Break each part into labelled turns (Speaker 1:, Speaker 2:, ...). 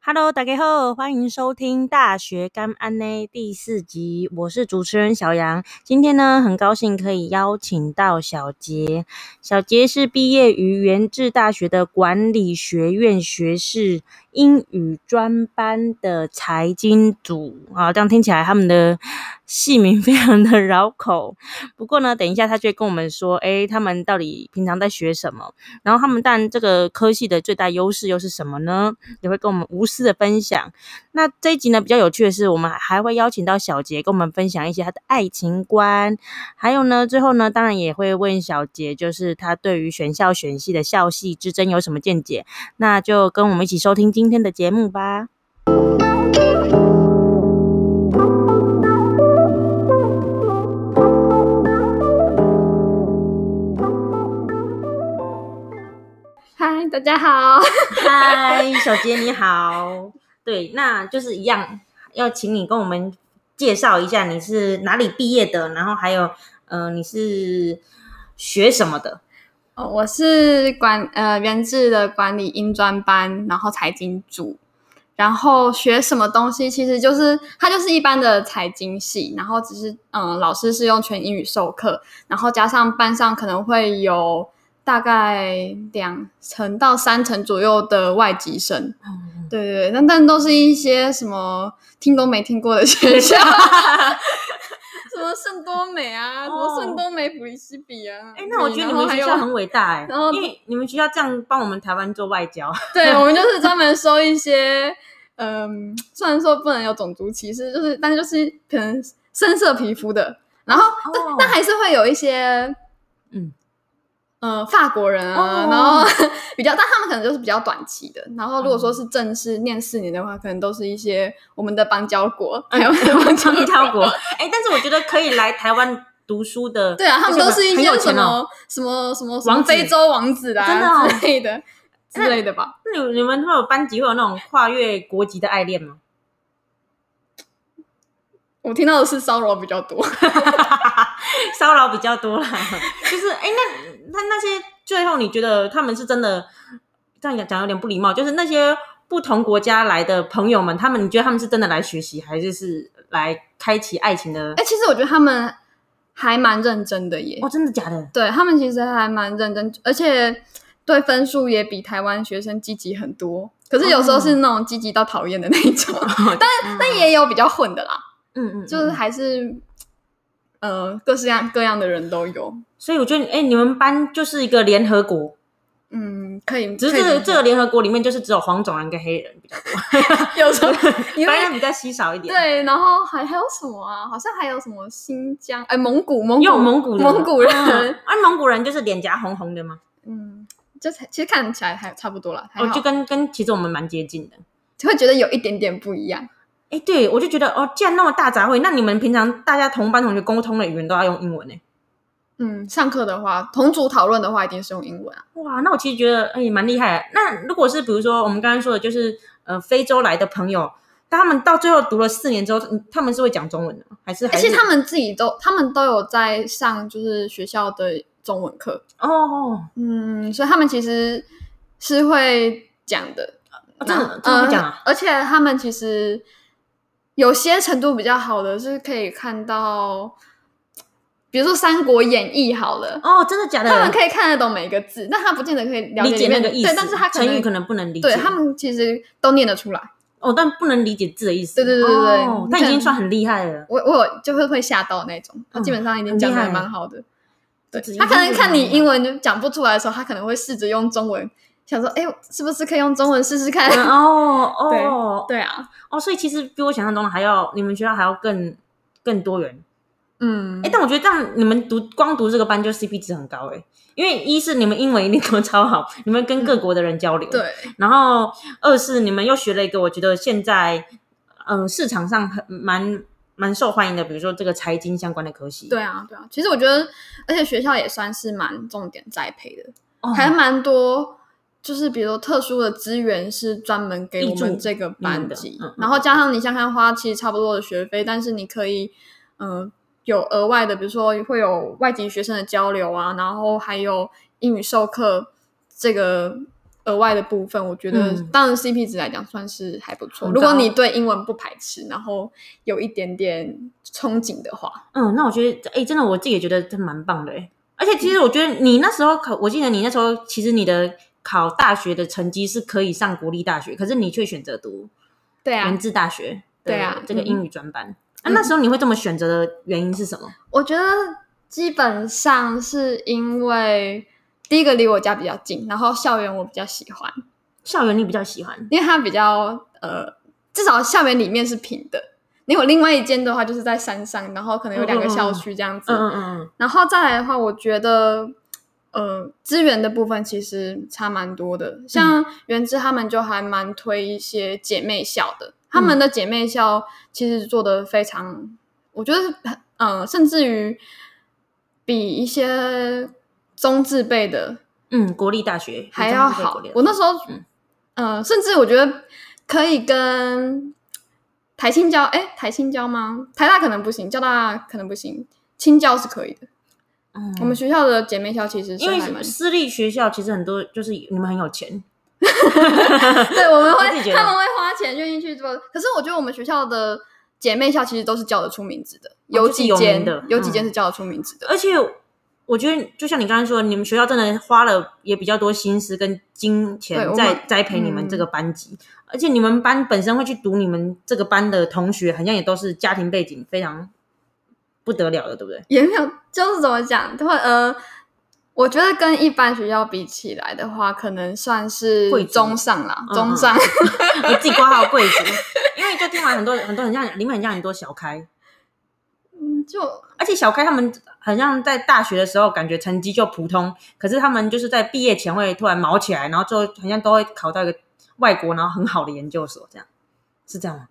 Speaker 1: Hello，大家好，欢迎收听《大学干安内》第四集，我是主持人小杨。今天呢，很高兴可以邀请到小杰。小杰是毕业于元智大学的管理学院学士英语专班的财经组啊，这样听起来他们的系名非常的绕口。不过呢，等一下他就会跟我们说，诶，他们到底平常在学什么？然后他们但这个科系的最大优势又是什么呢？也会跟我们无私的分享。那这一集呢比较有趣的是，我们还会邀请到小杰跟我们分享一些他的爱情观，还有呢最后呢当然也会问小杰，就是他对于选校选系的校系之争有什么见解。那就跟我们一起收听今天的节目吧。
Speaker 2: 嗨，大家好。
Speaker 1: 嗨，小杰你好，对，那就是一样，要请你跟我们介绍一下你是哪里毕业的，然后还有呃你是学什么的。
Speaker 2: 哦，我是管呃原制的管理英专班，然后财经组，然后学什么东西，其实就是它就是一般的财经系，然后只是嗯、呃老师是用全英语授课，然后加上班上可能会有大概两成到三成左右的外籍生，
Speaker 1: 嗯
Speaker 2: 对对对，但但都是一些什么听都没听过的学 校。什么圣多美啊，什么圣多美、普利西比啊？
Speaker 1: 哎、哦那我觉得你们
Speaker 2: 还
Speaker 1: 学
Speaker 2: 有
Speaker 1: 校很伟 大哎、
Speaker 2: 然后
Speaker 1: 因为你们学校这样帮我们台湾做外交，
Speaker 2: 对，我们就是专门收一些，嗯，虽然说不能有种族歧视，就是但是就是可能深色皮肤的，然后、
Speaker 1: 哦
Speaker 2: 但还是会有一些，
Speaker 1: 嗯
Speaker 2: 呃，法国人
Speaker 1: 哦
Speaker 2: 啊，然后 比较，但他们可能就是比较短期的。然后如
Speaker 1: 哦
Speaker 2: 果说是正式念四年的话，可能都是一些我们的邦交国，还有邦 交
Speaker 1: 哎邦交国。哎、但是我觉得可以来台湾读书的，
Speaker 2: 对啊，他们
Speaker 1: 就
Speaker 2: 都
Speaker 1: 是
Speaker 2: 是一
Speaker 1: 很
Speaker 2: 些
Speaker 1: 有
Speaker 2: 什
Speaker 1: 钱
Speaker 2: 么、
Speaker 1: 哦。
Speaker 2: 什么什么什
Speaker 1: 王
Speaker 2: 么
Speaker 1: 子
Speaker 2: 非洲王子啦、
Speaker 1: 真的哦
Speaker 2: 之类的之类的吧。
Speaker 1: 那你你们会有班级会有那种跨越国籍的爱恋吗？
Speaker 2: 我听到的是骚扰比较多。
Speaker 1: 骚扰比较 多啦，就是哎、那那那些最后你觉得他们是真的这样讲讲有点不礼貌，就是那些不同国家来的朋友们，他们你觉得他们是真的来学习，还是是来开启爱情的？
Speaker 2: 哎、其实我觉得他们还蛮认真的耶。
Speaker 1: 哦，真的假的？
Speaker 2: 对他们其实还蛮认真，而且对分数也比台湾学生积极很多。可是有
Speaker 1: 哦
Speaker 2: 时候是那种积极到讨厌的那 一种，但但也有比较混的啦，
Speaker 1: 嗯嗯，嗯
Speaker 2: 就是还是呃各式各样各样的人都有。
Speaker 1: 所以我觉得，哎、你们班就是一个联合国，
Speaker 2: 嗯，可以，
Speaker 1: 只是
Speaker 2: 可以
Speaker 1: 这个
Speaker 2: 理解
Speaker 1: 这个联合国里面就是只有黄种人跟黑人比较多，
Speaker 2: 有时候因为
Speaker 1: 白人比较稀少一点。，
Speaker 2: 对，然后还还有什么啊？好像还有什么新疆哎、蒙古蒙古
Speaker 1: 有蒙古人，
Speaker 2: 蒙古人，
Speaker 1: 嗯，啊，蒙古人就是脸颊红红的吗？
Speaker 2: 嗯，就才其实看起来还差不多啦，还
Speaker 1: 哦，
Speaker 2: 好
Speaker 1: 就跟跟其实我们蛮接近的。
Speaker 2: 会觉得有一点点不一样。
Speaker 1: 哎，对，我就觉得哦，既然那么大杂烩，那你们平常大家同班同学沟通的语言都要用英文欸呢？
Speaker 2: 嗯，上课的话，同组讨论的话，一定是用英文啊。
Speaker 1: 哇，那我其实觉得哎蛮厉害的。那如果是比如说我们刚刚说的，就是呃非洲来的朋友，但他们到最后读了四年之后，嗯他们是会讲中文的吗，还是还
Speaker 2: 而
Speaker 1: 是
Speaker 2: 且他们自己都，他们都有在上就是学校的中文课，
Speaker 1: 哦，
Speaker 2: 嗯，所以他们其实是会讲的。
Speaker 1: 哦真的
Speaker 2: 那
Speaker 1: 真的会讲啊？
Speaker 2: 呃而且他们其实有些程度比较好的是可以看到，比如说《三国演义》好了。
Speaker 1: 哦，真的假的？
Speaker 2: 他们可以看得懂每一个字，但他不见得可以了
Speaker 1: 理
Speaker 2: 解
Speaker 1: 解
Speaker 2: 里
Speaker 1: 那
Speaker 2: 面
Speaker 1: 个意思，
Speaker 2: 对，但是他可
Speaker 1: 成
Speaker 2: 能
Speaker 1: 语可能不能理解。
Speaker 2: 对他们其实都念得出来。
Speaker 1: 哦，但不能理解字的意思。
Speaker 2: 对对对对对
Speaker 1: 哦
Speaker 2: 你
Speaker 1: 但已经
Speaker 2: 看
Speaker 1: 算很厉害了。
Speaker 2: 我我有就会会吓到那种，他
Speaker 1: 嗯
Speaker 2: 基本上已经
Speaker 1: 很
Speaker 2: 讲
Speaker 1: 厉
Speaker 2: 的
Speaker 1: 害
Speaker 2: 蛮好的。对
Speaker 1: 这已经
Speaker 2: 他可能看你
Speaker 1: 是蛮
Speaker 2: 英文就讲不出来的时候，他可能会试着用中文，想说，哎，是不是可以用中文试试看？
Speaker 1: 嗯哦哦
Speaker 2: 对啊，
Speaker 1: 哦，所以其实比我想象中的还要，你们学校还要更更多元。
Speaker 2: 嗯
Speaker 1: 哎，，但我觉得这样，你们读光读这个班就 CP 值很高哎，因为一是你们英文一定都超好，你们跟各国的人交流。。
Speaker 2: 对，
Speaker 1: 然后二是你们又学了一个，我觉得现在嗯、呃市场上很蛮蛮受欢迎的，比如说这个财经相关的科系。
Speaker 2: 对啊，对啊。其实我觉得，而且学校也算是蛮重点栽培的，
Speaker 1: 哦，
Speaker 2: 还蛮多。就是比如说特殊的资源是专门给我
Speaker 1: 挹注
Speaker 2: 们这个
Speaker 1: 你们
Speaker 2: 班
Speaker 1: 的
Speaker 2: 级，
Speaker 1: 嗯嗯
Speaker 2: 然后加上你想看花其实差不多的学费，但是你可以，嗯、有额外的，比如说会有外籍学生的交流啊，然后还有英语授课这个额外的部分，我觉得
Speaker 1: 嗯
Speaker 2: 当然 CP 值来讲算是还不错。
Speaker 1: 很
Speaker 2: 如果
Speaker 1: 高
Speaker 2: 你对英文不排斥，然后有一点点憧憬的话，
Speaker 1: 嗯，那我觉得，哎、真的我自己也觉得这蛮棒的、诶而且其实我觉得你那时候考，我记得你那时候其实你的考大学的成绩是可以上国立大学，可是你却选择读
Speaker 2: 对啊
Speaker 1: 文，治大学的
Speaker 2: 对啊
Speaker 1: 这个
Speaker 2: 嗯
Speaker 1: 英语专班。那、
Speaker 2: 嗯
Speaker 1: 那时候你会这么选择的原因是什么？
Speaker 2: 我觉得基本上是因为第一个离我家比较近，然后校园我比较喜欢，
Speaker 1: 校园你比较喜欢，
Speaker 2: 因为它比较呃，至少校园里面是平的。你有另外一间的话，就是在山上，然后可能有两
Speaker 1: 嗯
Speaker 2: 个
Speaker 1: 嗯嗯
Speaker 2: 校区这样子。
Speaker 1: 嗯嗯嗯嗯，
Speaker 2: 然后再来的话，我觉得，呃，资源的部分其实差蛮多的。
Speaker 1: 嗯
Speaker 2: 像原知他们就还蛮推一些姐妹校的，他
Speaker 1: 嗯
Speaker 2: 们的姐妹校其实做的非常，我觉得是很，呃，甚至于比一些中字辈的
Speaker 1: 嗯，国立大学
Speaker 2: 还要好。我那时
Speaker 1: 候
Speaker 2: 候，
Speaker 1: 嗯
Speaker 2: 呃，甚至我觉得可以跟台青交，哎，台青交吗？台大可能不行，交大可能不行，青交是可以的。
Speaker 1: 嗯
Speaker 2: 我们学校的姐妹校其实是
Speaker 1: 因
Speaker 2: 还蛮
Speaker 1: 为私立学校其实很多就是你们很有钱，
Speaker 2: 对，我们会
Speaker 1: 我自己觉得
Speaker 2: 他们会花钱愿意去做。可是我觉得我们学校的姐妹校其实都是叫得出名字的，有
Speaker 1: 哦就是
Speaker 2: 几
Speaker 1: 有
Speaker 2: 间
Speaker 1: 名的
Speaker 2: 有几
Speaker 1: 嗯
Speaker 2: 间是叫得出名字的。
Speaker 1: 而且我觉得，就像你刚才说，你们学校真的花了也比较多心思跟金
Speaker 2: 对
Speaker 1: 钱
Speaker 2: 我们嗯
Speaker 1: 在栽培你们这个班级，而且你们班本身会去读你们这个班的同学，好像也都是家庭背景非常不得了的，对不 对？
Speaker 2: 也没有，就是怎么讲，会呃，我觉得跟一般学校比起来的话，可能算是
Speaker 1: 贵族
Speaker 2: 中上啦，
Speaker 1: 嗯
Speaker 2: 中
Speaker 1: 嗯
Speaker 2: 上。
Speaker 1: 我自己挂号贵族，因为就听完很多很多很像，里面很像很多小开，
Speaker 2: 嗯， 就
Speaker 1: 而且小开他们好像在大学的时候感觉成绩就普通，可是他们就是在毕业前会突然毛起来，然后最后好像都会考到一个外国然后很好的研究所，这样是这样吗？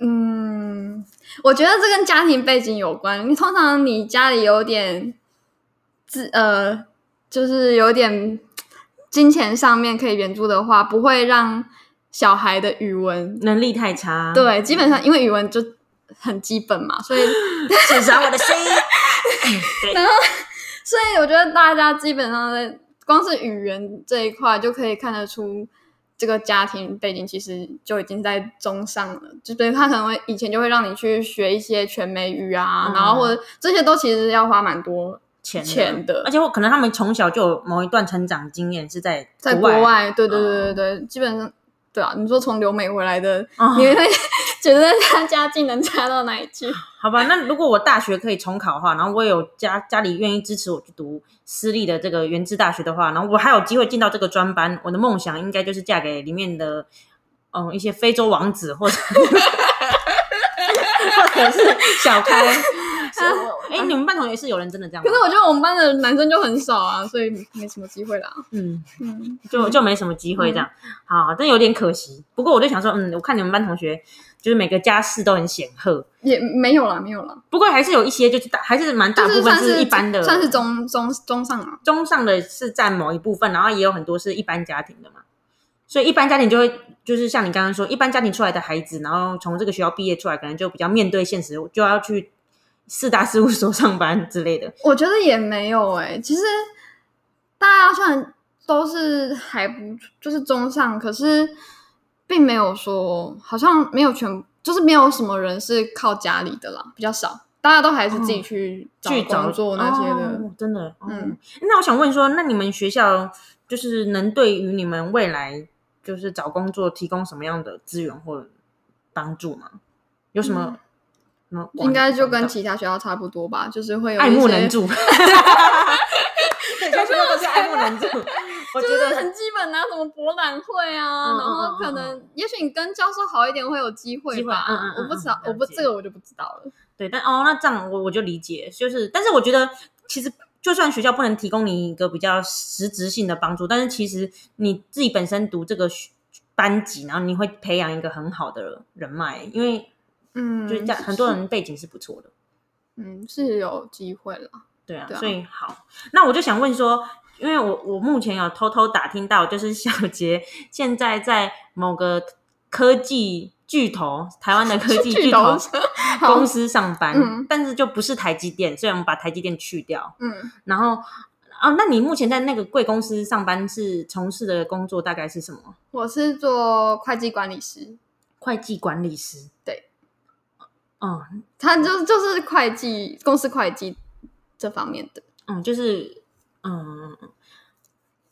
Speaker 2: 嗯，我觉得这跟家庭背景有关。因为通常你家里有点自呃，就是有点金钱上面可以援助的话，不会让小孩的语文
Speaker 1: 能力太差，，
Speaker 2: 对，基本上因为语文就很基本嘛，所以
Speaker 1: 请赏我的心。 对，
Speaker 2: 所以我觉得大家基本上在光是语言这一块就可以看得出，这个家庭背景其实就已经在中上了。就对他可能会以前就会让你去学一些全美语啊，
Speaker 1: 嗯
Speaker 2: 然后或者这些都其实要花蛮多
Speaker 1: 钱的
Speaker 2: 钱的啊
Speaker 1: 而且我可能他们从小就有某一段成长经验是在
Speaker 2: 在国
Speaker 1: 国外，
Speaker 2: 外。对对对对对，基本上对啊，你说从留美回来的，
Speaker 1: 哦
Speaker 2: 你会觉得他家境能差到哪里去？
Speaker 1: 好吧？那如果我大学可以重考的话，然后我有家家里愿意支持我去读私立的这个原治大学的话，然后我还有机会进到这个专班，我的梦想应该就是嫁给里面的嗯一些非洲王子或者 或者是小 开。哎、你们班同学是有人真的这样吗？
Speaker 2: 可是我觉得我们班的男生就很少啊，所以没什么机会啦。
Speaker 1: 嗯。
Speaker 2: 嗯，
Speaker 1: 就就没什么机会这样。好，但有点可惜。不过我就想说，嗯，我看你们班同学就是每个家世都很显赫，
Speaker 2: 也没有啦，没有啦。
Speaker 1: 不过还是有一些就是大还是蛮大部
Speaker 2: 就
Speaker 1: 分
Speaker 2: 算是
Speaker 1: 一般的，
Speaker 2: 算是中中中上啊。
Speaker 1: 中上的是占某一部分，然后也有很多是一般家庭的嘛。所以一般家庭就会就是像你刚刚说，一般家庭出来的孩子，然后从这个学校毕业出来，可能就比较面对现实，就要去四大事务所上班之类的。
Speaker 2: 我觉得也没有哎、其实大家虽然都是还不就是中上，可是并没有说好像没有全，就是没有什么人是靠家里的啦，比较少，大家都还是自己去
Speaker 1: 去找
Speaker 2: 工作那些的。
Speaker 1: 哦真的，嗯
Speaker 2: 嗯。
Speaker 1: 那我想问说，那你们学校就是能对于你们未来就是找工作提供什么样的资源或帮助吗？有什么？什么管
Speaker 2: 嗯应该就跟
Speaker 1: 管道
Speaker 2: 其他学校差不多吧，就是会有
Speaker 1: 爱
Speaker 2: 一
Speaker 1: 莫
Speaker 2: 些
Speaker 1: 能，助。 对，全学校都是爱莫能助。我
Speaker 2: 就
Speaker 1: 觉
Speaker 2: 是
Speaker 1: 得
Speaker 2: 很基本的、啊、什么博览会
Speaker 1: 嗯
Speaker 2: 啊，
Speaker 1: 嗯
Speaker 2: 然后可
Speaker 1: 嗯嗯
Speaker 2: 能、也许你跟教授好一点会有机会
Speaker 1: 机会
Speaker 2: 吧，
Speaker 1: 嗯嗯嗯
Speaker 2: 我不知
Speaker 1: 嗯
Speaker 2: 道，我不
Speaker 1: 了解
Speaker 2: 这个我就不知道了。
Speaker 1: 对，但哦，那这样我我就理解，就是，但是我觉得其实。就算学校不能提供你一个比较实质性的帮助，但是其实你自己本身读这个学班级，然后你会培养一个很好的人脉，因为
Speaker 2: 嗯，
Speaker 1: 就是这样，很多，人背景是不错的，
Speaker 2: 嗯，是有机会了。
Speaker 1: 对啊，
Speaker 2: 对啊
Speaker 1: 所以好，那我就想问说，因为我我目前有偷偷打听到，就是小杰现在在某个科技巨头，台湾的科技 巨头
Speaker 2: 头车，好
Speaker 1: 公司上班，
Speaker 2: 嗯
Speaker 1: 但是就不是台积电，虽然我们把台积电去掉，
Speaker 2: 嗯
Speaker 1: 然后哦，那你目前在那个贵公司上班是从事的工作大概是什么？
Speaker 2: 我是做会计管理师，
Speaker 1: 会计管理师。
Speaker 2: 对。
Speaker 1: 哦，
Speaker 2: 他就就是会计公司会计这方面的。
Speaker 1: 嗯，就是嗯，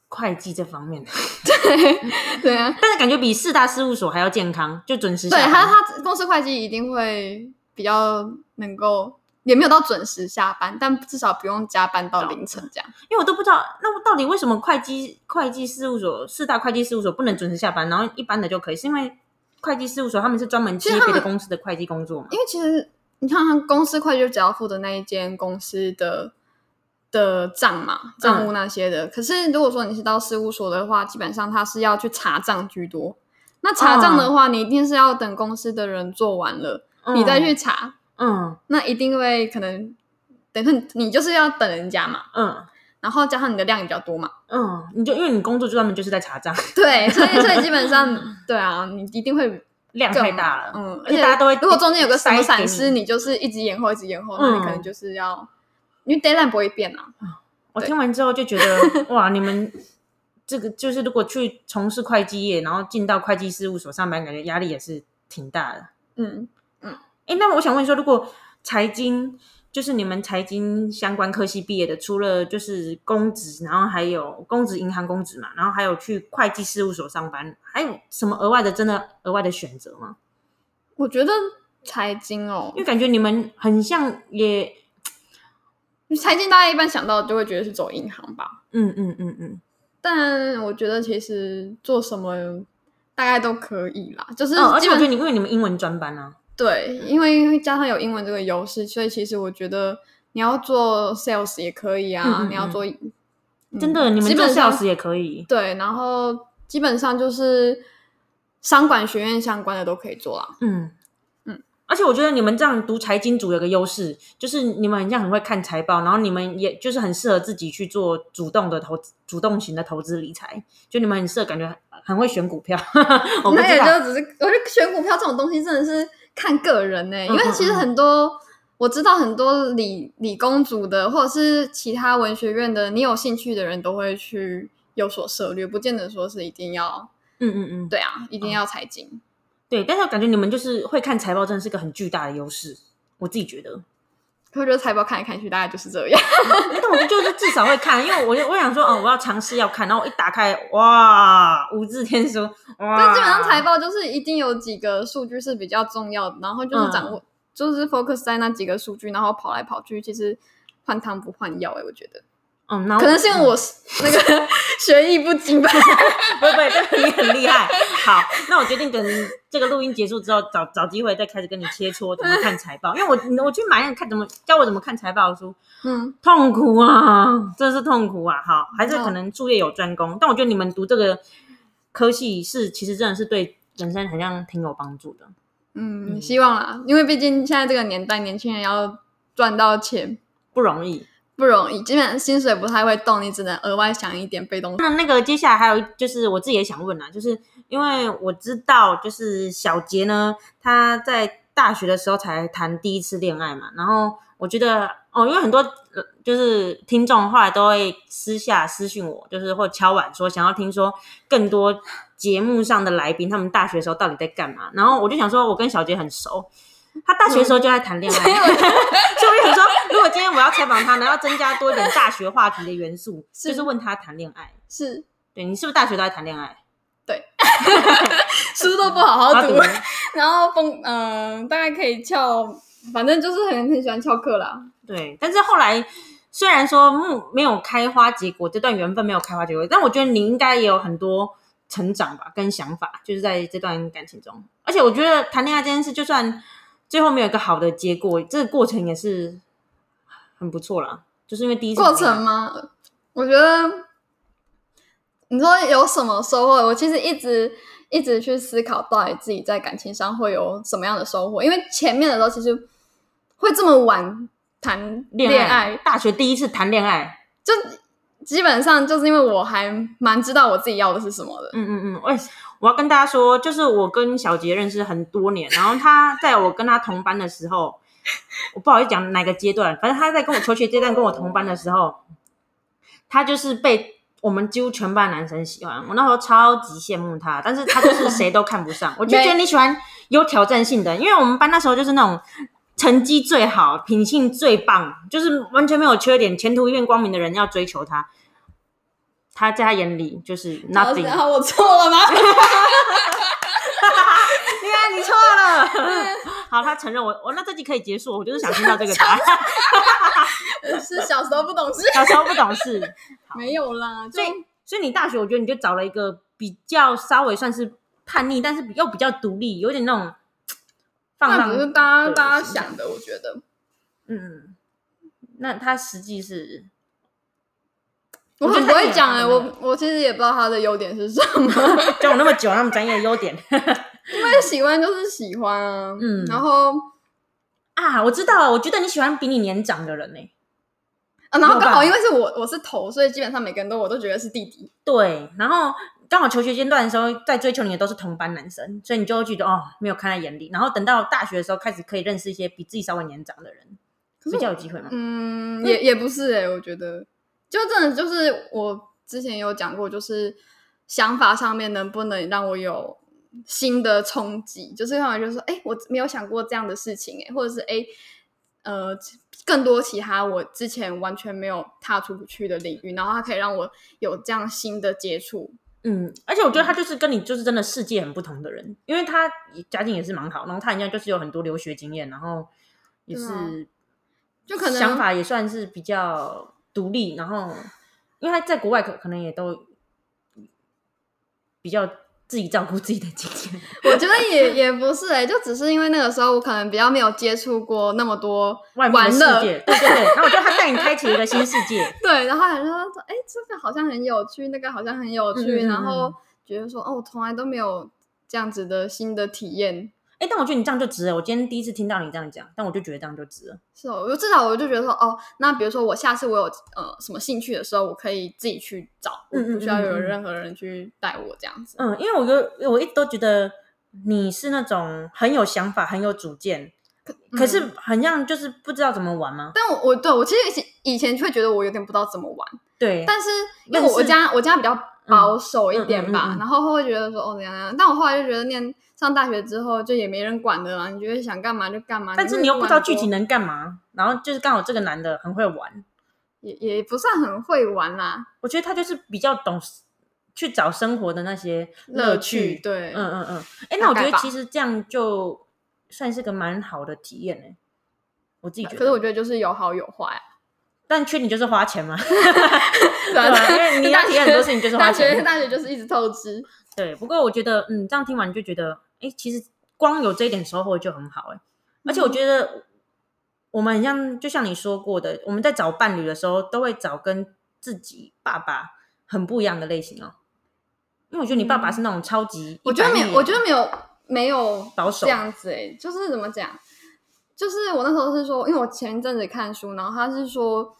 Speaker 1: 会计这方面的，
Speaker 2: 对啊，
Speaker 1: 但是感觉比四大事务所还要健康，就准时下
Speaker 2: 对
Speaker 1: 班。
Speaker 2: 他他公司会计一定会比较能够，也没有到准时下班，但至少不用加班到凌晨这样。
Speaker 1: 因为我都不知道，那我到底为什么会计会计事务所四大会计事务所不能准时下班，然后一般的就可以？是因为会计事务所他们是专门
Speaker 2: 其
Speaker 1: 接
Speaker 2: 实他
Speaker 1: 别
Speaker 2: 们
Speaker 1: 的公司的会计工作嘛？
Speaker 2: 因为其实你看，他公司会计就只要负责那一间公司的的账嘛，账务那些的。可是如果说你是到事务所的话，基本上他是要去查账居多。那查账的话，你一定是要等公司的人做完了，你再去查，
Speaker 1: 嗯
Speaker 2: 那一定会可能等于说你你就是要等人家嘛，
Speaker 1: 嗯
Speaker 2: 然后加上你的量也比较多嘛，
Speaker 1: 嗯，你就因为你工作专门就是在查账，
Speaker 2: 对，所以所以基本上对啊，你一定会
Speaker 1: 量
Speaker 2: 更
Speaker 1: 太大了，
Speaker 2: 嗯，
Speaker 1: 而且大家都会
Speaker 2: 如果中间有个什
Speaker 1: 塞
Speaker 2: 么
Speaker 1: 给
Speaker 2: 闪
Speaker 1: 你
Speaker 2: 失，你就是一直延后，一直延后，那你可能
Speaker 1: 嗯
Speaker 2: 就是要，因为 deadline 不会变啊，
Speaker 1: 我听完之后就觉 得，哇，你们这个就是如果去从事会计业，然后进到会计事务所上班，感觉压力也是挺大的。
Speaker 2: 嗯，
Speaker 1: 哎，那我想问说，如果财经就是你们财经相关科系毕业的，除了就是公职，然后还有公职银行公职嘛，然后还有去会计事务所上班，还有什么额外的真的额外的选择吗？
Speaker 2: 我觉得财经哦
Speaker 1: 因为，感觉你们很像也，
Speaker 2: 财经大家一般想到就会觉得是走银行吧，
Speaker 1: 嗯嗯嗯嗯，
Speaker 2: 但我觉得其实做什么大概都可以啦，就是
Speaker 1: 哦，而
Speaker 2: 基
Speaker 1: 且我
Speaker 2: 本
Speaker 1: 觉得你因为你们英文专班啊，
Speaker 2: 对，因为加上有英文这个优势，所以其实我觉得你要做 sales 也可以啊，
Speaker 1: 嗯嗯
Speaker 2: 你要
Speaker 1: 嗯
Speaker 2: 做、嗯
Speaker 1: 真的，你们
Speaker 2: 基
Speaker 1: 做
Speaker 2: 本上
Speaker 1: sales 也可以。
Speaker 2: 对，然后基本上就是商管学院相关的都可以做啦。
Speaker 1: 嗯，嗯
Speaker 2: 嗯，
Speaker 1: 而且我觉得你们这样读财经组有个优势，就是你们很像很会看财报，然后你们也就是很适合自己去做主动的投资，主动型的投资理财，就你们很适合，感觉很很会选股票。 我不
Speaker 2: 那
Speaker 1: 知
Speaker 2: 也
Speaker 1: 道，
Speaker 2: 就只是，我觉得选股票这种东西真的是看个人呢、因为其
Speaker 1: 嗯
Speaker 2: 实
Speaker 1: 嗯嗯
Speaker 2: 很多。我知道很多理理工组的，或者是其他文学院的，你有兴趣的人都会去有所涉略，不见得说是一定要
Speaker 1: 嗯嗯嗯，
Speaker 2: 对啊，一定要财经。
Speaker 1: 对，但是我感觉你们就是会看财报，真的是个很巨大的优势。我自己觉得，
Speaker 2: 可我觉得财报看来看去，大概就是这样。
Speaker 1: 但我就是至少会看，因为我就我想说，哦，我要尝试要看，然后我一打开，哇，无字天书，哇，
Speaker 2: 但基本上财报就是一定有几个数据是比较重要的，然后就是掌
Speaker 1: 嗯
Speaker 2: 握，就是 focus 在那几个数据，然后跑来跑去，其实换汤不换药哎、我觉得
Speaker 1: 嗯，然后
Speaker 2: 可能是因为 我是那个 学艺不精吧。
Speaker 1: 不不，这个你很厉害。好，那我决定等这个录音结束之后，找找机会再开始跟你切磋怎么看财报，因为我我去买那个看怎么教我怎么看财报的书，
Speaker 2: 嗯，
Speaker 1: 痛苦啊，真的是痛苦啊。好，还是可能术业有专攻，但我觉得你们读这个科系是其实真的是对人生好像挺有帮助的。
Speaker 2: 嗯，
Speaker 1: 嗯
Speaker 2: 希望啦，因为毕竟现在这个年代，年轻人要赚到钱
Speaker 1: 不容易。
Speaker 2: 不容易，基本上薪水不太会动，你只能额外想一点被动。
Speaker 1: 那那个接下来还有就是我自己也想问啊，就是因为我知道就是小杰呢，他在大学的时候才谈第一次恋爱嘛，然后我觉得哦，因为很多呃就是听众后来都会私下私讯我，就是或敲碗说想要听说更多节目上的来宾他们大学的时候到底在干嘛，然后我就想说，我跟小杰很熟。他大学的时候就在谈恋爱，嗯 所以我就想说，如果今天我要采访他呢，要增加多一点大学话题的元素，
Speaker 2: 是
Speaker 1: 就是问他谈恋爱。
Speaker 2: 是
Speaker 1: 对你是不是大学都在谈恋爱？
Speaker 2: 书都不好好
Speaker 1: 他
Speaker 2: 读
Speaker 1: 读，
Speaker 2: 然后风嗯、大概可以翘，反正就是很很喜欢翘课啦。
Speaker 1: 对，但是后来虽然说嗯没有开花结果，这段缘分没有开花结果，但我觉得你应该也有很多成长吧，跟想法，就是在这段感情中。而且我觉得谈恋爱这件事，就算最后没有一个好的结果，这个过程也是很不错啦。就是因为第一次
Speaker 2: 过
Speaker 1: 谈恋爱
Speaker 2: 程吗？我觉得你说有什么收获？我其实一直一直去思考，到底自己在感情上会有什么样的收获。因为前面的时候，其实会这么晚谈
Speaker 1: 恋
Speaker 2: 恋
Speaker 1: 爱，
Speaker 2: 爱，
Speaker 1: 大学第一次谈恋爱，
Speaker 2: 就基本上就是因为我还蛮知道我自己要的是什么的。
Speaker 1: 嗯嗯嗯，喂、我要跟大家说，就是我跟小杰认识很多年，然后他在我跟他同班的时候，我不好意思讲哪个阶段，反正他在跟我求学阶段跟我同班的时候，他就是被我们几乎全班男生喜欢。我那时候超级羡慕他，但是他就是谁都看不上。我就觉得你喜欢有挑战性的，因为我们班那时候就是那种成绩最好、品性最棒，就是完全没有缺点、前途一片光明的人要追求他。他在他眼里就是
Speaker 2: 然后
Speaker 1: nothing，
Speaker 2: 然后我错了吗？
Speaker 1: 对啊，你错了。 好，他承认我，我那这集可以结束，我就是想听到这个答案。
Speaker 2: 是小时候不懂事，
Speaker 1: 小时候不懂事，
Speaker 2: 没有啦，
Speaker 1: 所
Speaker 2: 就
Speaker 1: 以所以你大学，我觉得你就找了一个比较稍微算是叛逆，但是比又比较独立，有点那种放
Speaker 2: 那
Speaker 1: 浪
Speaker 2: 不是。大家
Speaker 1: 对
Speaker 2: 大家想的，我觉得
Speaker 1: 嗯，那他实际是
Speaker 2: 我
Speaker 1: 我觉
Speaker 2: 很
Speaker 1: 得
Speaker 2: 不
Speaker 1: 他
Speaker 2: 会
Speaker 1: 也
Speaker 2: 讲哎、
Speaker 1: 很
Speaker 2: 我我其实也不知道他的优点是什 么，
Speaker 1: 教我那么久，那么专业的优点
Speaker 2: 因为喜欢就是喜欢啊，
Speaker 1: 嗯
Speaker 2: 然后
Speaker 1: 啊，我知道了，我觉得你喜欢比你年长的人呢、
Speaker 2: 啊，然后
Speaker 1: 有
Speaker 2: 刚
Speaker 1: 吧
Speaker 2: 好因为是我我是头，所以基本上每个人都我都觉得是弟弟，
Speaker 1: 对，然后刚好求学阶段的时候，在追求你的都是同班男生，所以你就会觉得哦，没有看在眼里。然后等到大学的时候，开始可以认识一些比自己稍微年长的人，比较有机会嘛。
Speaker 2: 嗯，也也不是哎、我觉得就真的就是我之前有讲过，就是想法上面能不能让我有新的冲击，就是让我就说，哎、我没有想过这样的事情哎、或者是哎、诶呃，更多其他我之前完全没有踏出去的领域，然后它可以让我有这样新的接触，
Speaker 1: 嗯，而且我觉得他就是跟你就是真的世界很不同的人，因为他家境也是蛮好，然后他人家就是有很多留学经验，然后也
Speaker 2: 对啊
Speaker 1: 是
Speaker 2: 就可能
Speaker 1: 想法也算是比较独立，然后因为他在国外可可能也都比较自己照顾自己的经验。
Speaker 2: 我觉得 也也不是哎、就只是因为那个时候我可能比较没有接触过那么多
Speaker 1: 外面
Speaker 2: 玩
Speaker 1: 的世
Speaker 2: 乐
Speaker 1: 界，对对对，然后我觉得他带你开启了一个新世界，
Speaker 2: 对，然后还说说，哎，这个好像很有趣，那个好像很有趣，
Speaker 1: 嗯嗯嗯
Speaker 2: 然后觉得说，哦，我从来都没有这样子的新的体验，
Speaker 1: 哎，但我觉得你这样就值了。我今天第一次听到你这样讲，但我就觉得这样就值了。
Speaker 2: 是哦，我就至少我就觉得说，哦，那比如说我下次我有呃什么兴趣的时候，我可以自己去找，我
Speaker 1: 嗯嗯
Speaker 2: 不需要
Speaker 1: 嗯
Speaker 2: 有
Speaker 1: 嗯
Speaker 2: 任何人去带我这样子。
Speaker 1: 嗯，因为我就我一直都觉得你是那种很有想法、很有主见，可是
Speaker 2: 嗯
Speaker 1: 很像就是不知道怎么玩吗？
Speaker 2: 但我我对我其实以前会觉得我有点不知道怎么玩，
Speaker 1: 对，
Speaker 2: 但是因为
Speaker 1: 但
Speaker 2: 我我
Speaker 1: 是嗯
Speaker 2: 家我家比较保守一点吧，
Speaker 1: 嗯嗯嗯嗯嗯
Speaker 2: 然后会觉得说哦怎样怎样，但我后来就觉得念上大学之后就也没人管了啊，你觉得想干嘛就干嘛，
Speaker 1: 但是
Speaker 2: 会
Speaker 1: 你又不知道
Speaker 2: 玩
Speaker 1: 具体
Speaker 2: 多
Speaker 1: 能干嘛，然后就是刚好这个男的很会玩，
Speaker 2: 也也不算很会玩啦，
Speaker 1: 我觉得他就是比较懂去找生活的那些
Speaker 2: 乐
Speaker 1: 趣。
Speaker 2: 对，
Speaker 1: 嗯嗯嗯，哎、
Speaker 2: 大
Speaker 1: 那我觉
Speaker 2: 概
Speaker 1: 得
Speaker 2: 吧
Speaker 1: 其实这样就算是个蛮好的体验呢、欸我自己觉得。
Speaker 2: 可是我觉得就是有好有坏、啊，
Speaker 1: 但缺点就是花钱 嘛，
Speaker 2: 对
Speaker 1: 啊因为你要体验很多事情就是花
Speaker 2: 大学
Speaker 1: 钱
Speaker 2: 大学就是一直透支，
Speaker 1: 对。不过我觉得，嗯，这样听完就觉得，哎、其实光有这一点收获就很好哎、
Speaker 2: 嗯
Speaker 1: 而且我觉得我们很像，就像你说过的，我们在找伴侣的时候，都会找跟自己爸爸很不一样的类型哦。因为我觉得你爸爸
Speaker 2: 嗯
Speaker 1: 是那种超级100页，
Speaker 2: 我觉得没有，我觉得没有没有
Speaker 1: 保守
Speaker 2: 这样子哎、就是怎么讲，就是我那时候是说，因为我前一阵子看书，然后他是说，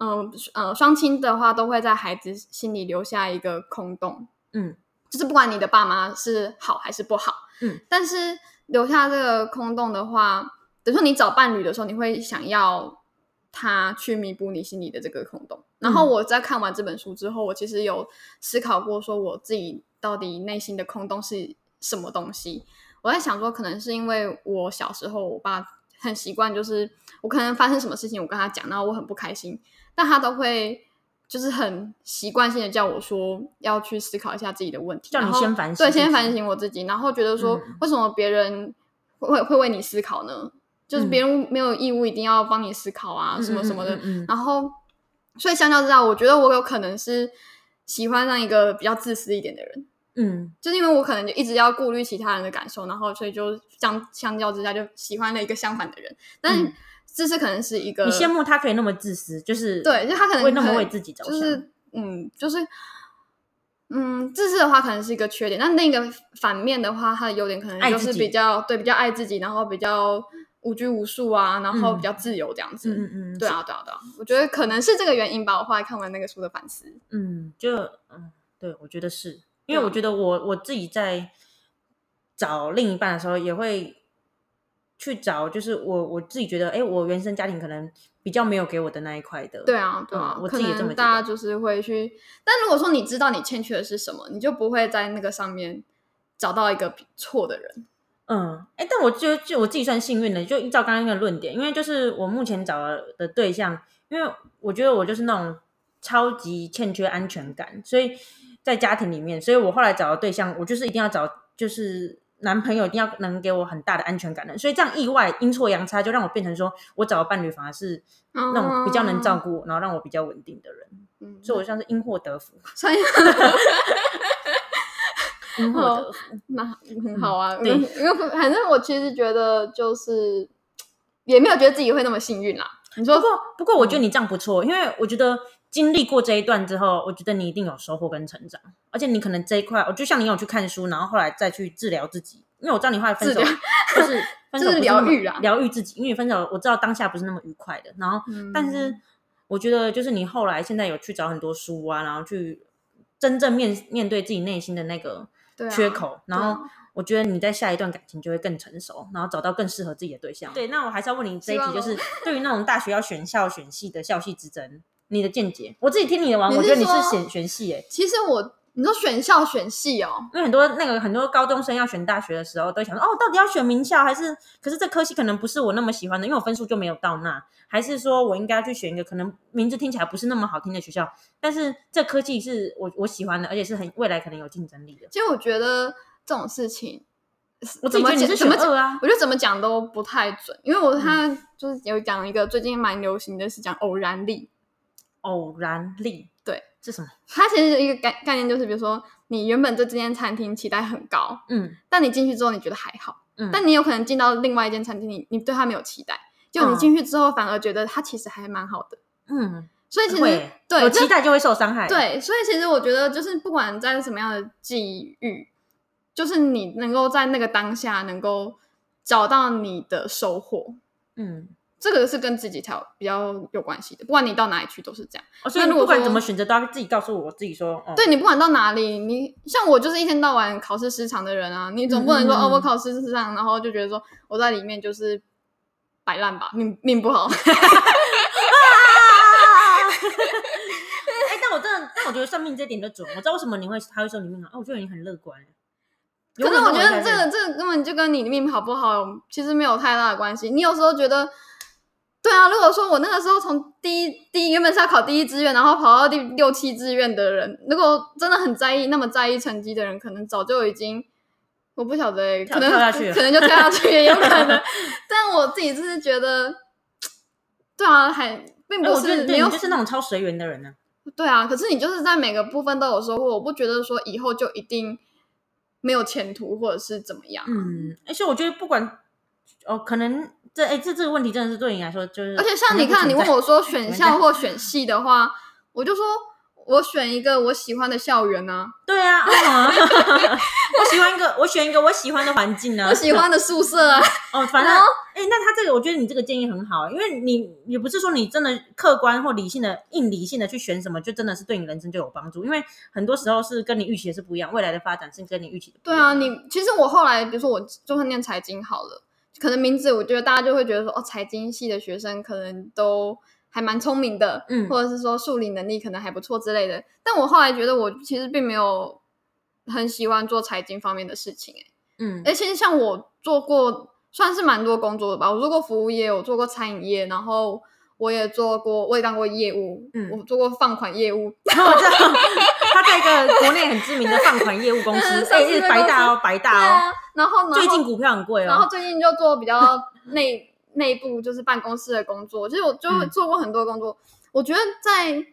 Speaker 2: 嗯呃，双亲的话都会在孩子心里留下一个空洞，
Speaker 1: 嗯，
Speaker 2: 就是不管你的爸妈是好还是不好，
Speaker 1: 嗯，
Speaker 2: 但是留下这个空洞的话，等于说你找伴侣的时候，你会想要他去弥补你心里的这个空洞。然后
Speaker 1: 嗯
Speaker 2: 我在看完这本书之后，我其实有思考过，说我自己到底内心的空洞是什么东西。我在想说，可能是因为我小时候，我爸很习惯，就是我可能发生什么事情，我跟他讲，然后我很不开心，但他都会就是很习惯性的叫我说要去思考一下自己的问题，
Speaker 1: 叫你
Speaker 2: 然后
Speaker 1: 先反省
Speaker 2: 对，
Speaker 1: 自
Speaker 2: 先
Speaker 1: 己
Speaker 2: 反省我自己，然后觉得说
Speaker 1: 嗯
Speaker 2: 为什么别人会会会为你思考呢？就是别人没有义务一定要帮你思考啊，什么什么的。
Speaker 1: 嗯嗯嗯嗯
Speaker 2: 然后，所以相较之下，我觉得我有可能是喜欢上一个比较自私一点的人，
Speaker 1: 嗯，
Speaker 2: 就是因为我可能就一直要顾虑其他人的感受，然后所以就相相较之下就喜欢了一个相反的人。但是
Speaker 1: 嗯
Speaker 2: 这是可能是一个
Speaker 1: 你羡慕他可以那么自私，就是
Speaker 2: 对，就他可能
Speaker 1: 会那
Speaker 2: 可
Speaker 1: 么
Speaker 2: 能
Speaker 1: 为自己着想，
Speaker 2: 就是嗯，就是嗯，自私的话可能是一个缺点，但另一个反面的话，它的优点可能
Speaker 1: 爱
Speaker 2: 就
Speaker 1: 自
Speaker 2: 是
Speaker 1: 己
Speaker 2: 比较对比较爱自己，然后比较无拘无束啊，然后
Speaker 1: 嗯
Speaker 2: 比较自由这样子。
Speaker 1: 嗯嗯嗯，
Speaker 2: 对啊，对啊，对啊，我觉得可能是这个原因吧。我后来看完那个书的反思，
Speaker 1: 嗯，就嗯，对，我觉得是因为
Speaker 2: 对啊
Speaker 1: 我觉得我我自己在找另一半的时候，也会去找，就是我我自己觉得，哎，我原生家庭可能比较没有给我的那一块的。
Speaker 2: 对啊，对啊，
Speaker 1: 嗯我
Speaker 2: 可
Speaker 1: 自己也这么
Speaker 2: 能
Speaker 1: 觉
Speaker 2: 大家
Speaker 1: 得。
Speaker 2: 就是会去，但如果说你知道你欠缺的是什么，你就不会在那个上面找到一个比错的人。
Speaker 1: 嗯，哎，但我就就我自己算幸运的，就依照刚刚那个论点，因为就是我目前找的对象，因为我觉得我就是那种超级欠缺安全感，所以在家庭里面，所以我后来找的对象，我就是一定要找就是男朋友一定要能给我很大的安全感的，所以这样意外阴错阳差就让我变成说我找的伴侣反而是
Speaker 2: 那
Speaker 1: 那种比较能照，顾我，然后让我比较稳定的人，
Speaker 2: 嗯，
Speaker 1: 所以我算是因祸得福，
Speaker 2: 所以
Speaker 1: 因祸得福。
Speaker 2: 那很好啊，
Speaker 1: 嗯对
Speaker 2: 因为因为反正我其实觉得就是也没有觉得自己会那么幸运啦。你说嗯
Speaker 1: 不过，不过我觉得你这样不错，因为我觉得经历过这一段之后，我觉得你一定有收获跟成长，而且你可能这一块，我就像你有去看书，然后后来再去治疗自己，因为我知道你后来分手
Speaker 2: 治疗
Speaker 1: 就是分手不
Speaker 2: 就
Speaker 1: 那
Speaker 2: 是是
Speaker 1: 么
Speaker 2: 疗啊愈啦
Speaker 1: 疗愈自己，因为你分手我知道当下不是那么愉快的，然后
Speaker 2: 嗯
Speaker 1: 但是我觉得就是你后来现在有去找很多书啊，然后去真正面面对自己内心的那个
Speaker 2: 对啊
Speaker 1: 缺口，然
Speaker 2: 对啊
Speaker 1: 后。我觉得你在下一段感情就会更成熟，然后找到更适合自己的对象。对，那我还是要问你这一题，
Speaker 2: 希望
Speaker 1: 就
Speaker 2: 哦
Speaker 1: 是对于那种大学要选校选系的校系之争，你的见解？我自己听你的完，
Speaker 2: 你
Speaker 1: 我
Speaker 2: 是
Speaker 1: 觉得你是
Speaker 2: 说
Speaker 1: 选选系诶、
Speaker 2: 其实我你说选校选系哦，
Speaker 1: 因为很多那个很多高中生要选大学的时候，都会想说哦，到底要选名校还是？可是这科系可能不是我那么喜欢的，因为我分数就没有到那，还是说我应该去选一个可能名字听起来不是那么好听的学校，但是这科技是我我喜欢的，而且是很未来可能有竞争力的。
Speaker 2: 其实我觉得这种事情，
Speaker 1: 我自己
Speaker 2: 怎
Speaker 1: 觉
Speaker 2: 么
Speaker 1: 得你是
Speaker 2: 讲怎
Speaker 1: 选
Speaker 2: 么讲
Speaker 1: 二啊，
Speaker 2: 我觉得怎么讲都不太准，因为我
Speaker 1: 嗯
Speaker 2: 他就是有讲一个最近蛮流行的是讲偶然力，
Speaker 1: 偶然力
Speaker 2: 对
Speaker 1: 是什么？
Speaker 2: 它其实一个概概念就是，比如说你原本对这间餐厅期待很高，
Speaker 1: 嗯
Speaker 2: 但你进去之后你觉得还好，
Speaker 1: 嗯，
Speaker 2: 但你有可能进到另外一间餐厅，你你对它没有期待，就你
Speaker 1: 嗯
Speaker 2: 进去之后反而觉得它其实还蛮好的，
Speaker 1: 嗯
Speaker 2: 所以其实
Speaker 1: 会
Speaker 2: 对
Speaker 1: 有
Speaker 2: 就
Speaker 1: 期待就会受伤害。，
Speaker 2: 对，所以其实我觉得，就是不管在什么样的际遇，就是你能够在那个当下能够找到你的收获，
Speaker 1: 嗯，
Speaker 2: 这个是跟自己才有比较有关系的。不管你到哪里去都是这样。
Speaker 1: 哦所以
Speaker 2: 那如
Speaker 1: 不
Speaker 2: 果
Speaker 1: 管
Speaker 2: 说
Speaker 1: 怎么选择，都要自己告诉我自己说，哦，
Speaker 2: 对你不管到哪里，你像我就是一天到晚考试失常的人啊，你总不能说、
Speaker 1: 嗯嗯嗯
Speaker 2: 哦我考试失常，然后就觉得说我在里面就是摆烂吧，命命不好。
Speaker 1: 哎、但我真的，但我觉得算命这点就准。我知道为什么你会他会说你命好，哎、我觉得你很乐观。
Speaker 2: 可是我觉得
Speaker 1: 有可能
Speaker 2: 这
Speaker 1: 会
Speaker 2: 个这个根本就跟你的命好不好其实没有太大的关系。你有时候觉得，对啊，如果说我那个时候从第一第一原本是要考第一志愿，然后跑到第六七志愿的人，如果真的很在意那么在意成绩的人，可能早就已经我不晓得欸、
Speaker 1: 跳
Speaker 2: 可能
Speaker 1: 跳下去了
Speaker 2: 可能就跳下去也有可 能。但我自己就是觉得，对啊，还并
Speaker 1: 哎
Speaker 2: 不
Speaker 1: 我觉
Speaker 2: 是
Speaker 1: 得
Speaker 2: 没
Speaker 1: 对
Speaker 2: 有、
Speaker 1: 你就是那种超随缘的人呢、
Speaker 2: 对啊，可是你就是在每个部分都有收获，我不觉得说以后就一定没有前途或者是怎么样。
Speaker 1: 嗯，而且我觉得不管哦，可能这哎、这这个问题真的是对你来说就是，
Speaker 2: 而且像你看，你问我说选校或选系的话，我就说我选一个我喜欢的校园啊，
Speaker 1: 对啊，嗯 我喜欢一个我选一个我喜欢的环境呢、啊
Speaker 2: 我喜欢的宿舍啊。
Speaker 1: 哦，反正
Speaker 2: 然后
Speaker 1: 哎、那他这个我觉得你这个建议很好，因为你也不是说你真的客观或理性的硬理性的去选什么，就真的是对你人生就有帮助，因为很多时候是跟你预期的是不一样，未来的发展是跟你预期的不一
Speaker 2: 对
Speaker 1: 样。
Speaker 2: 啊，你其实我后来，比如说我就算念财经好了，可能名字我觉得大家就会觉得说，哦，财经系的学生可能都还蛮聪明的，
Speaker 1: 嗯
Speaker 2: 或者是说数理能力可能还不错之类的。但我后来觉得，我其实并没有很喜欢做财经方面的事情、欸，
Speaker 1: 嗯，
Speaker 2: 而且像我做过算是蛮多工作的吧，我做过服务业，我做过餐饮业，然后我也做过，我也当过业务，
Speaker 1: 嗯
Speaker 2: 我做过放款业务，
Speaker 1: 然后我知道他在一个国内很知名的放款业务公司，
Speaker 2: 嗯
Speaker 1: 哎、
Speaker 2: 上市
Speaker 1: 是
Speaker 2: 贵
Speaker 1: 白大
Speaker 2: 公
Speaker 1: 哦，白
Speaker 2: 对
Speaker 1: 大
Speaker 2: 啊
Speaker 1: 哦。，
Speaker 2: 然后然后
Speaker 1: 最近股票很贵
Speaker 2: 然后
Speaker 1: 哦。
Speaker 2: 最近就做比较内内部就是办公室的工作，其实我就
Speaker 1: 嗯
Speaker 2: 做过很多工作，我觉得在。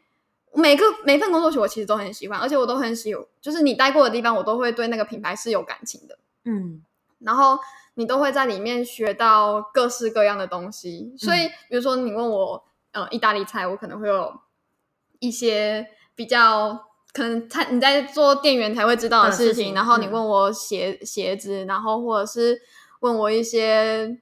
Speaker 2: 每个每份工作其实我其实都很喜欢，而且我都很喜，就是你待过的地方，我都会对那个品牌是有感情的。
Speaker 1: 嗯
Speaker 2: 然后你都会在里面学到各式各样的东西。所
Speaker 1: 嗯
Speaker 2: 以，比如说你问我，呃，意大利菜，我可能会有一些比较可能他你在做店员才会知道的
Speaker 1: 对
Speaker 2: 事
Speaker 1: 事
Speaker 2: 情。
Speaker 1: 情
Speaker 2: 然后你
Speaker 1: 嗯
Speaker 2: 问我鞋、鞋子，然后或者是问我一些。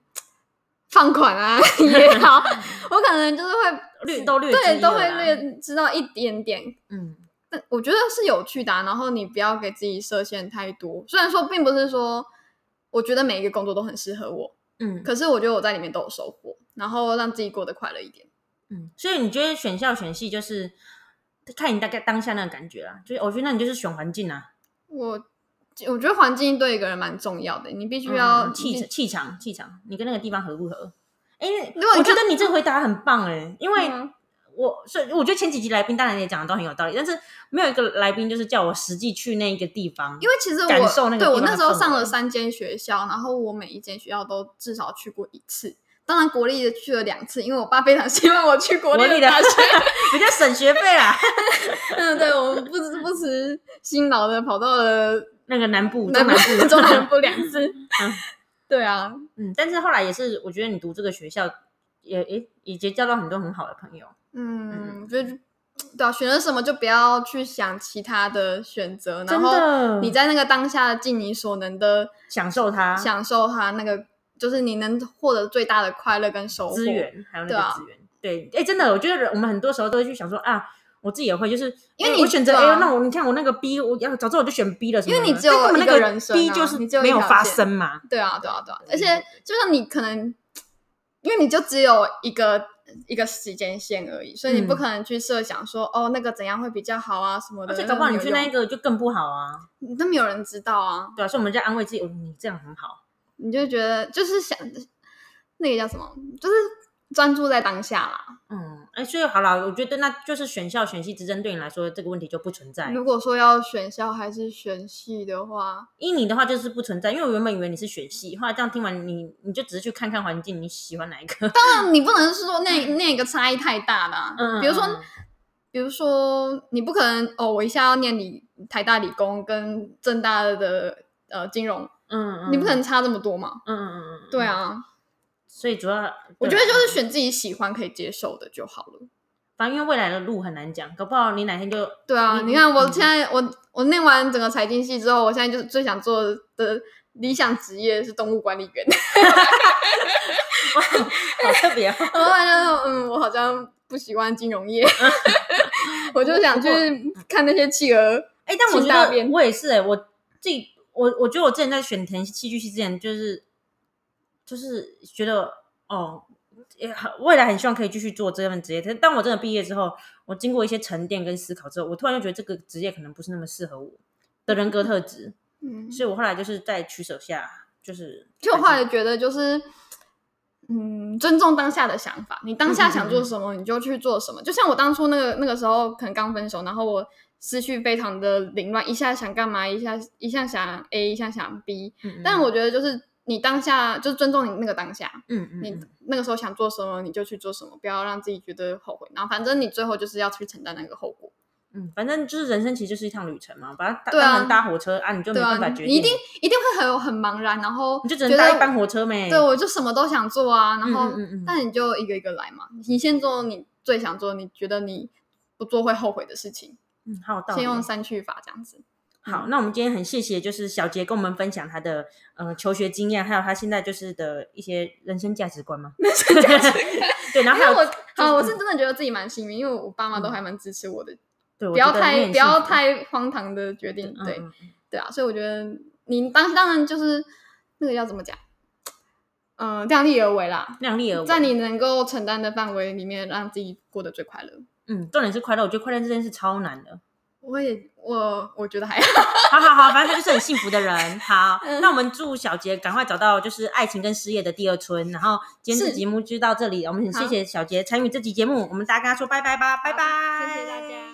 Speaker 2: 放款啊也 好，我可能就是会
Speaker 1: 略都略知
Speaker 2: 对
Speaker 1: 一
Speaker 2: 都
Speaker 1: 二
Speaker 2: 会
Speaker 1: 啦
Speaker 2: 略知道一点点，
Speaker 1: 嗯
Speaker 2: 但我觉得是有趣的啊、然后你不要给自己设限太多。虽然说并不是说，我觉得每一个工作都很适合我，
Speaker 1: 嗯
Speaker 2: 可是我觉得我在里面都有收获，然后让自己过得快乐一点。
Speaker 1: 嗯，所以你觉得选校选系就是看你大概当下那个感觉啦，就是我觉得那你就是选环境啊，
Speaker 2: 我我觉得环境对一个人蛮重要的，你必须要、
Speaker 1: 嗯气
Speaker 2: 你
Speaker 1: 场气场气场，你跟那个地方合不合？哎、
Speaker 2: 如果你
Speaker 1: 我觉
Speaker 2: 看
Speaker 1: 得你这个回答很棒哎、因为
Speaker 2: 嗯
Speaker 1: 我所以我觉得前几集来宾当然也讲的都很有道理，但是没有一个来宾就是叫我实际去那一个地方，
Speaker 2: 因为其实我
Speaker 1: 感受那个
Speaker 2: 对
Speaker 1: 地
Speaker 2: 我
Speaker 1: 方的
Speaker 2: 那时候上
Speaker 1: 氛围
Speaker 2: 了三间学校，然后我每一间学校都至少去过一次。当然，国立的去了两次，因为我爸非常 希望我去国
Speaker 1: 国立
Speaker 2: 立
Speaker 1: 的
Speaker 2: 大学。
Speaker 1: 比较省学费啦。
Speaker 2: 嗯，对，我不辞不辞辛劳的跑到了
Speaker 1: 那个南部，
Speaker 2: 南
Speaker 1: 中
Speaker 2: 部，
Speaker 1: 南部
Speaker 2: 中南部两 次。对啊，
Speaker 1: 嗯，但是后来也是，我觉得你读这个学校也也也结交到很多很好的朋友。
Speaker 2: 嗯，我觉得就对啊，选了什么就不要去想其他的选择，然
Speaker 1: 真
Speaker 2: 后
Speaker 1: 的，
Speaker 2: 你在那个当下尽你所能的
Speaker 1: 享受它
Speaker 2: 享受它，那个就是你能获得最大的快乐跟收获
Speaker 1: 资。源，还有那
Speaker 2: 对啊
Speaker 1: 个资源。对，哎、真的，我觉得我们很多时候都会去想说啊，我自己也会，就是
Speaker 2: 因为
Speaker 1: 诶
Speaker 2: 你
Speaker 1: 我选择
Speaker 2: 对
Speaker 1: A，、
Speaker 2: 啊
Speaker 1: 那我你看我那个 B，我要早知道我就选 B 了什么的，
Speaker 2: 因为你只有
Speaker 1: 但根本
Speaker 2: 一
Speaker 1: 那
Speaker 2: 个
Speaker 1: 个
Speaker 2: 人生啊
Speaker 1: B 就是
Speaker 2: 你只有
Speaker 1: 没
Speaker 2: 一
Speaker 1: 有
Speaker 2: 条
Speaker 1: 发
Speaker 2: 线
Speaker 1: 生嘛。
Speaker 2: 对啊，对啊，对啊，
Speaker 1: 对
Speaker 2: 而且就像你可能，因为你就只有一个一个时间线而已，所以你不
Speaker 1: 嗯
Speaker 2: 可能去设想说、哦那个怎样会比较好啊什么的。
Speaker 1: 而且搞不好你去那
Speaker 2: 个
Speaker 1: 一个就更不好啊，
Speaker 2: 没有用，都没有人知道啊，
Speaker 1: 对啊，所以我们在安慰自己，哦你这样很好，
Speaker 2: 你就觉得就是想那个叫什么，就是专注在当下啦。
Speaker 1: 嗯，哎、所以好了，我觉得那就是选校选系之争对你来说这个问题就不存在。
Speaker 2: 如果说要选校还是选系的话，
Speaker 1: 依你的话就是不存在，因为我原本以为你是选系，后来这样听完你，你就只是去看看环境，你喜欢哪一个？
Speaker 2: 当然你不能说那那个差异太大啦。
Speaker 1: 嗯，
Speaker 2: 啊比如说
Speaker 1: 嗯
Speaker 2: 比如说，你不可能哦，我一下要念理台大理工跟正大的呃金融，
Speaker 1: 嗯，嗯
Speaker 2: 你不可能，差这么多嘛？
Speaker 1: 嗯嗯嗯嗯，
Speaker 2: 对，啊，
Speaker 1: 所以主要
Speaker 2: 我觉得就，
Speaker 1: 对
Speaker 2: 是
Speaker 1: 啊
Speaker 2: 选自己喜欢可以接受的就好了。
Speaker 1: 反正因为未来的路很难讲，搞不好你哪天就
Speaker 2: 对啊，
Speaker 1: 嗯
Speaker 2: 你看我
Speaker 1: 嗯
Speaker 2: 现在我我念完整个财经系之后，我现在就是最想做的理想职业是动物管理员。
Speaker 1: 哇，好特别、哦，
Speaker 2: 然后我就嗯，我好像不喜欢金融业， 我就想去看那些企鹅。
Speaker 1: 哎、但我觉
Speaker 2: 清大
Speaker 1: 得
Speaker 2: 便
Speaker 1: 我也是哎、我自己我我觉得我之前在选填戏剧系之前，就是就是觉得哦，也很未来很希望可以继续做这份职业。但当我真的毕业之后，我经过一些沉淀跟思考之后，我突然就觉得这个职业可能不是那么适合我的人格特质，
Speaker 2: 嗯，
Speaker 1: 所以我后来就是在取舍下，就是
Speaker 2: 就我后来觉得就是，嗯，尊重当下的想法，你当下想做什么你就去做什么。就像我当初那个那个时候，可能刚分手，然后我思绪非常的凌乱，一下想干嘛，一下一下想 A，一下想 B。
Speaker 1: 嗯，
Speaker 2: 但我觉得就是你当下就是尊重你那个当下，
Speaker 1: 嗯嗯
Speaker 2: 你
Speaker 1: 嗯
Speaker 2: 那个时候想做什么你就去做什么，不要让自己觉得后悔。然后反正你最后就是要去承担那个后果。
Speaker 1: 嗯，反正就是人生其实就是一趟旅程嘛，把它搭
Speaker 2: 对啊
Speaker 1: 当成搭火车啊，你就没
Speaker 2: 对啊
Speaker 1: 办法，决定，
Speaker 2: 你一定一定会很很茫然，然后
Speaker 1: 你就只能
Speaker 2: 觉得
Speaker 1: 搭一班火车呗。
Speaker 2: 对，我就什么都想做啊，然
Speaker 1: 嗯
Speaker 2: 后、
Speaker 1: 嗯嗯嗯
Speaker 2: 但你就一个一个来嘛。你先做你最想做，你觉得你不做会后悔的事情，
Speaker 1: 嗯，好有道理。
Speaker 2: 先用嗯删去法这样子。
Speaker 1: 好，那我们今天很谢谢，就是小杰跟我们分享他的呃求学经验，还有他现在就是的一些人生价值观 嘛。人生价值 对，然后还
Speaker 2: 因为
Speaker 1: 有
Speaker 2: 我好，我是真的觉得自己蛮幸运，因为我爸妈都还蛮支持我的，
Speaker 1: 对，嗯
Speaker 2: 不
Speaker 1: 我觉
Speaker 2: 要
Speaker 1: 得你
Speaker 2: 太
Speaker 1: 很
Speaker 2: 不要
Speaker 1: 幸福
Speaker 2: 太荒唐的决定，
Speaker 1: 嗯
Speaker 2: 对、
Speaker 1: 嗯
Speaker 2: 对啊，所以我觉得你当当然就是那个要怎么讲，嗯、量力而为啦，
Speaker 1: 量力而为。
Speaker 2: 在你能够承担的范围里面，让自己过得最快乐。
Speaker 1: 嗯，重点是快乐，我觉得快乐这件事超难的。
Speaker 2: 我也我我觉得还好。
Speaker 1: 好好好，反正他就是很幸福的人。好，
Speaker 2: 嗯
Speaker 1: 那我们祝小杰赶快找到就是爱情跟事业的第二春。然后今天这
Speaker 2: 是
Speaker 1: 节目就到这里，我们很谢谢小杰参与这期节目，我们大家跟他说拜拜吧，拜
Speaker 2: 好
Speaker 1: 拜，
Speaker 2: 谢谢大家。